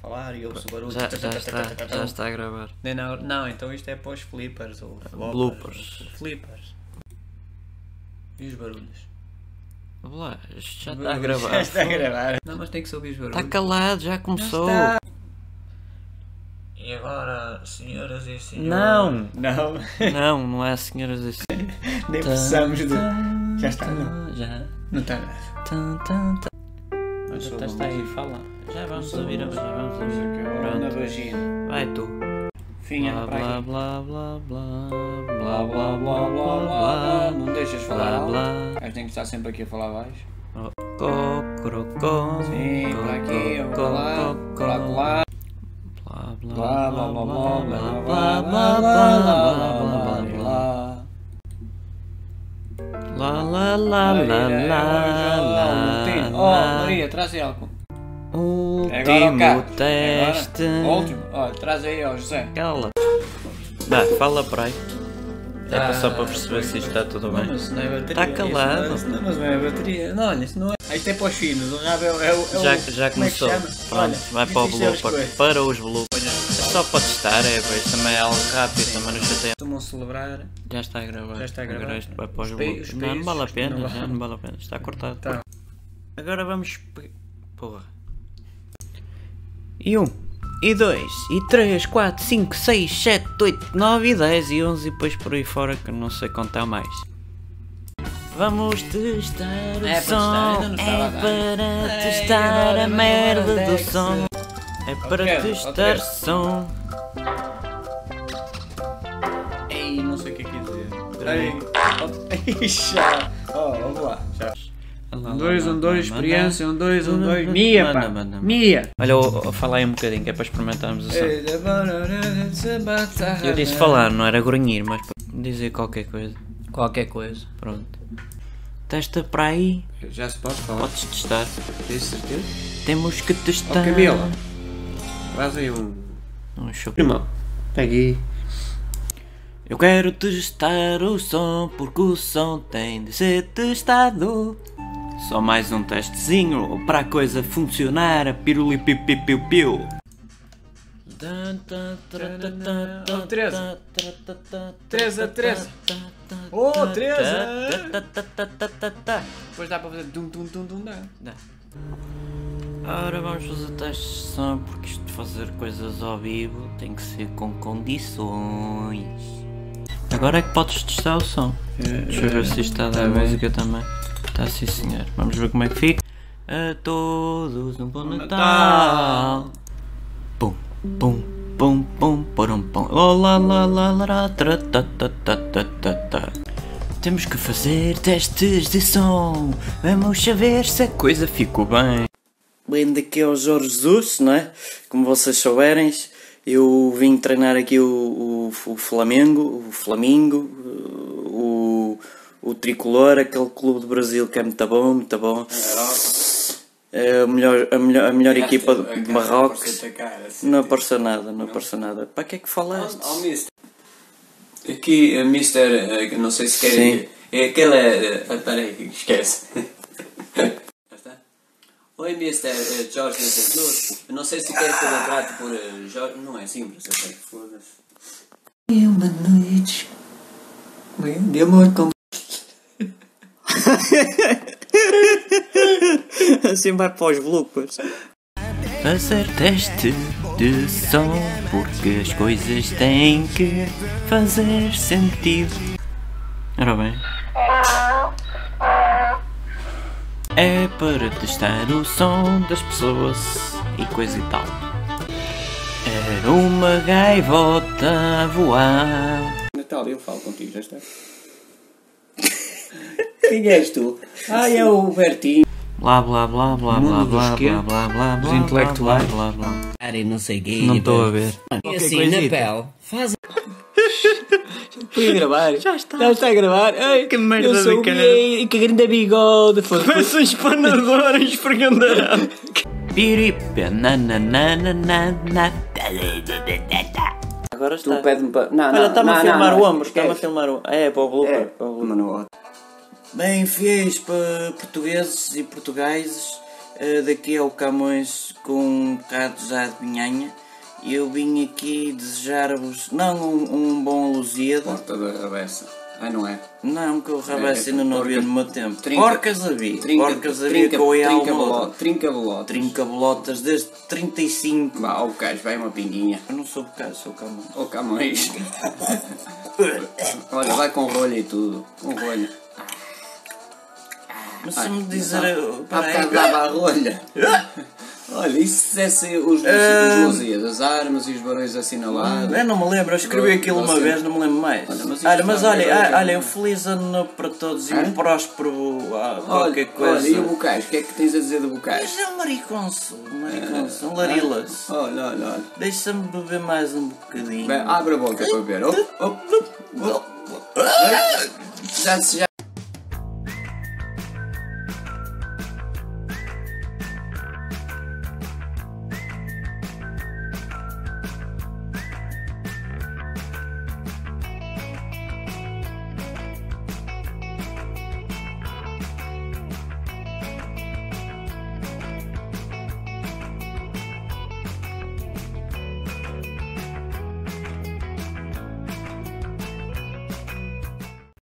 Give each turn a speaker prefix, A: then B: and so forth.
A: falar e ouço o barulho.
B: Já, já, está, já está a gravar.
A: Nem na hora- Não, então isto é para os flippers ou floppers,
B: bloopers.
A: ou Flippers. E os barulhos?
B: Vamos lá, isto já está a
A: Barulhos,
B: gravar. Tá
A: Já está a gravar. Não, mas tem que se ouvir os barulhos.
B: Está calado, já começou.
A: está. E agora, senhoras e senhores.
B: Não.
A: Não,
B: Não, não é senhoras assim.
A: nem precisamos de. Já está, não.
B: Já.
A: Não está nada.
B: Tan, tan, tan.
A: Mas
B: Já
A: só
B: estás
A: vamos-
B: aí, fala. Já vamos
A: só
B: ouvir,
A: vamos-
B: já vamos
A: Vamos
B: ouvir.
A: aqui, agora na
B: Pronto.
A: vagina.
B: Vai tu. é
A: Finha, para aqui.
B: blá, blá, blá, blá,
A: Blá
B: blá,
A: blá blá blá blá blá, não deixas falar.
B: blá,
A: alto.
B: blá.
A: Mas tem que estar sempre aqui a falar baixo.
B: Cocorocó.
A: Sim, para aqui, eu vou lá,
B: cocorocó.
A: para lá.
B: Blá,
A: Blá
B: blá,
A: blá blá blá blá blá blá blá blá blá blá blá blá.
B: Lá, lá, lá, lá,
A: Maria,
B: lá, lá,
A: hoje, ó, Valentino.
B: lá.
A: Ó, Maria, traz aí algum. Agora o
B: Último
A: Carlos.
B: teste.
A: Agora, o último. Ó, traz aí, ó, José.
B: Cala. Dá, fala para aí. É
A: Ah,
B: para só para perceber se isto está tudo
A: Não,
B: bem.
A: mas não é bateria.
B: Tá calado.
A: Isso não é- isso não- Mas não é bateria. Não, olha, isso não é. Isto é para os finos, o rabo é o. é o- é o-
B: Já, já
A: como é que
B: começou.
A: chama? Olha,
B: Pronto, vai para o
A: isto é as
B: blooper.
A: coisas.
B: Para os bloopers. É só para testar, é, pois também é algo rápido, também não chateia.
A: Costumam celebrar.
B: Já está a gravar.
A: Já está a gravar?
B: Agora isto vai para os
A: Os pa-
B: bloopers.
A: os
B: Não, não vale a
A: países
B: pena,
A: não
B: já
A: vale.
B: não vale a pena. Está cortado.
A: Tá.
B: Agora vamos. pe- Porra. E um, e dois, e três, quatro, cinco, seis, sete, oito, nove, e dez, e onze, e depois por aí fora que não sei contar mais. Vamos testar o
A: É para testar,
B: som,
A: ainda não estava a
B: é
A: dar.
B: para
A: Ei,
B: testar
A: agora
B: a
A: não
B: merda
A: era
B: do
A: Dex.
B: som, é para
A: quero,
B: testar
A: quero.
B: som.
A: Ei, não sei o que é que ia dizer. Ei, Ei, já. Ó, vamos lá. Já. Um, dois, um, dois, experiência, um, dois, um, dois. Mia, pá.
B: Manda, manda, manda.
A: Mia.
B: Olha, eu, eu falei um bocadinho, que é para experimentarmos o som. Eu
A: Eu
B: disse falar, não era grunhir, mas dizer qualquer coisa.
A: Qualquer coisa.
B: Pronto. Testa para aí,
A: Já se pode falar?
B: podes testar.
A: Tens certeza?
B: Temos que
A: Ó,
B: testar.
A: Camila. Traz aí um.
B: Um chup-
A: Irmão. Peguei.
B: Eu quero testar o som, porque o som tem de ser testado. Só mais um testezinho para a coisa funcionar. A pirulipipipiu.
A: Oh, Teresa. Teresa, Teresa. Oh, Teresa. Depois dá para fazer dum dum dum dum dá.
B: Agora vamos fazer testes de som, porque isto de fazer coisas ao vivo tem que ser com condições. Agora é que podes testar o som. Deixa eu ver se isto está a dar
A: tá bem.
B: música também. Está sim senhor. Vamos ver como é que fica. A todos um bom Natal. Pum, pum, pum, pum, porum, pum. Olá, lá, lá, lá, lá, tra, ta, ta, ta, ta, ta, ta. Temos que fazer testes de som. Vamos saber se a coisa ficou bem. Bem, daqui é o Jorge Jesus, não é? Como vocês souberem, eu vim treinar aqui o, o, o Flamengo, o Flamingo, o, o Tricolor, aquele clube do Brasil que é muito bom, muito bom. É a melhor, a melhor, a melhor equipa
A: é
B: de de Marrocos. Não apareceu nada, não apareceu nada. Para que é que falaste? eh,
A: Aqui,
C: É,
A: Mr. Não sei se
B: querem-
A: É aquela.
C: ah,
A: Peraí, esquece.
C: Oi, Mr. eh, Jorge Jesus. Eu não sei se quer que eu trate por eh, Jorge. Não é simples, eu sei. Foda-se.
A: Uma noite. De amor com.
B: assim vai para os bloopers. Fazer teste de som, porque as coisas têm que fazer sentido. Ora bem. É para testar o som das pessoas e coisa e tal. Era uma gaivota a voar.
C: Natal, eu falo contigo, já está.
A: Quem és tu? Ah, é o Bertinho.
B: Blá blá blá blá blá
A: Mundo dos
B: blá
A: quê?
B: blá blá blá blá
A: intelectuais.
B: blá blá blá.
C: Cara, não sei gay.
B: Não estou a ver.
C: assim, na pele. Faz
A: Podia gravar. Já está. Já está a gravar. Ai, que
B: merda
A: eu sou
B: do
A: o
B: caralho.
A: gay, que grande bigode. Foi.
B: Começa um espanador a esfregandará. Piripa, nananana, Agora está.
A: pede-me para. Não, é
B: Olha, está-me a filmar o ombro, está-me a
A: esquece.
B: filmar o É, para o blooper.
A: É,
B: Bem fiéis para portugueses e portugueses, Eh, daqui é o Camões com um bocado já de binhanha. E eu vim aqui desejar-vos, não um, um bom Lusíada,
A: Porta da Rabessa. Ah, não é?
B: não que o
A: É,
B: Rabassa ainda não havia
A: porca-
B: no meu tempo.
A: trinca-
B: porcas havia,
A: Trinca,
B: porcas havia
A: trinca,
B: com a
A: trinca,
B: alma.
A: bolo- trinca bolotas.
B: Trinca bolotas desde 35.
A: Vá, o gajo, vai uma pinguinha.
B: Eu não sou bocado, sou Camões.
A: Ô Camões. Olha, vai com rolha e tudo. Com rolha.
B: Mas
A: Ai,
B: se me dizer.
A: não. Há
B: peraí.
A: bocado dava a rolha. Olha, e se dissesse os, os,
B: Ah.
A: os Lusíadas, as armas e os barões assinalados?
B: Eu não é me lembro, eu escrevi
A: Não,
B: aquilo
A: não
B: uma
A: sei.
B: vez, não me lembro mais.
A: Olha,
B: Olha,
A: mas
B: mas,
A: isto é está
B: olha,
A: bem,
B: ah,
A: olha,
B: olha, um feliz ano novo para todos e
A: Hã?
B: um próspero
A: É?
B: ah,
A: Olha, olha,
B: qualquer
A: e o
B: coisa.
A: Bocage? O que é que tens a dizer do Bocage?
B: Mas é um mariconso, um mariconso, um larilas.
A: Olha, olha, olha.
B: Deixa-me beber mais um bocadinho.
A: Bem, abre a boca para ver. Oh, oh, oh. Já, já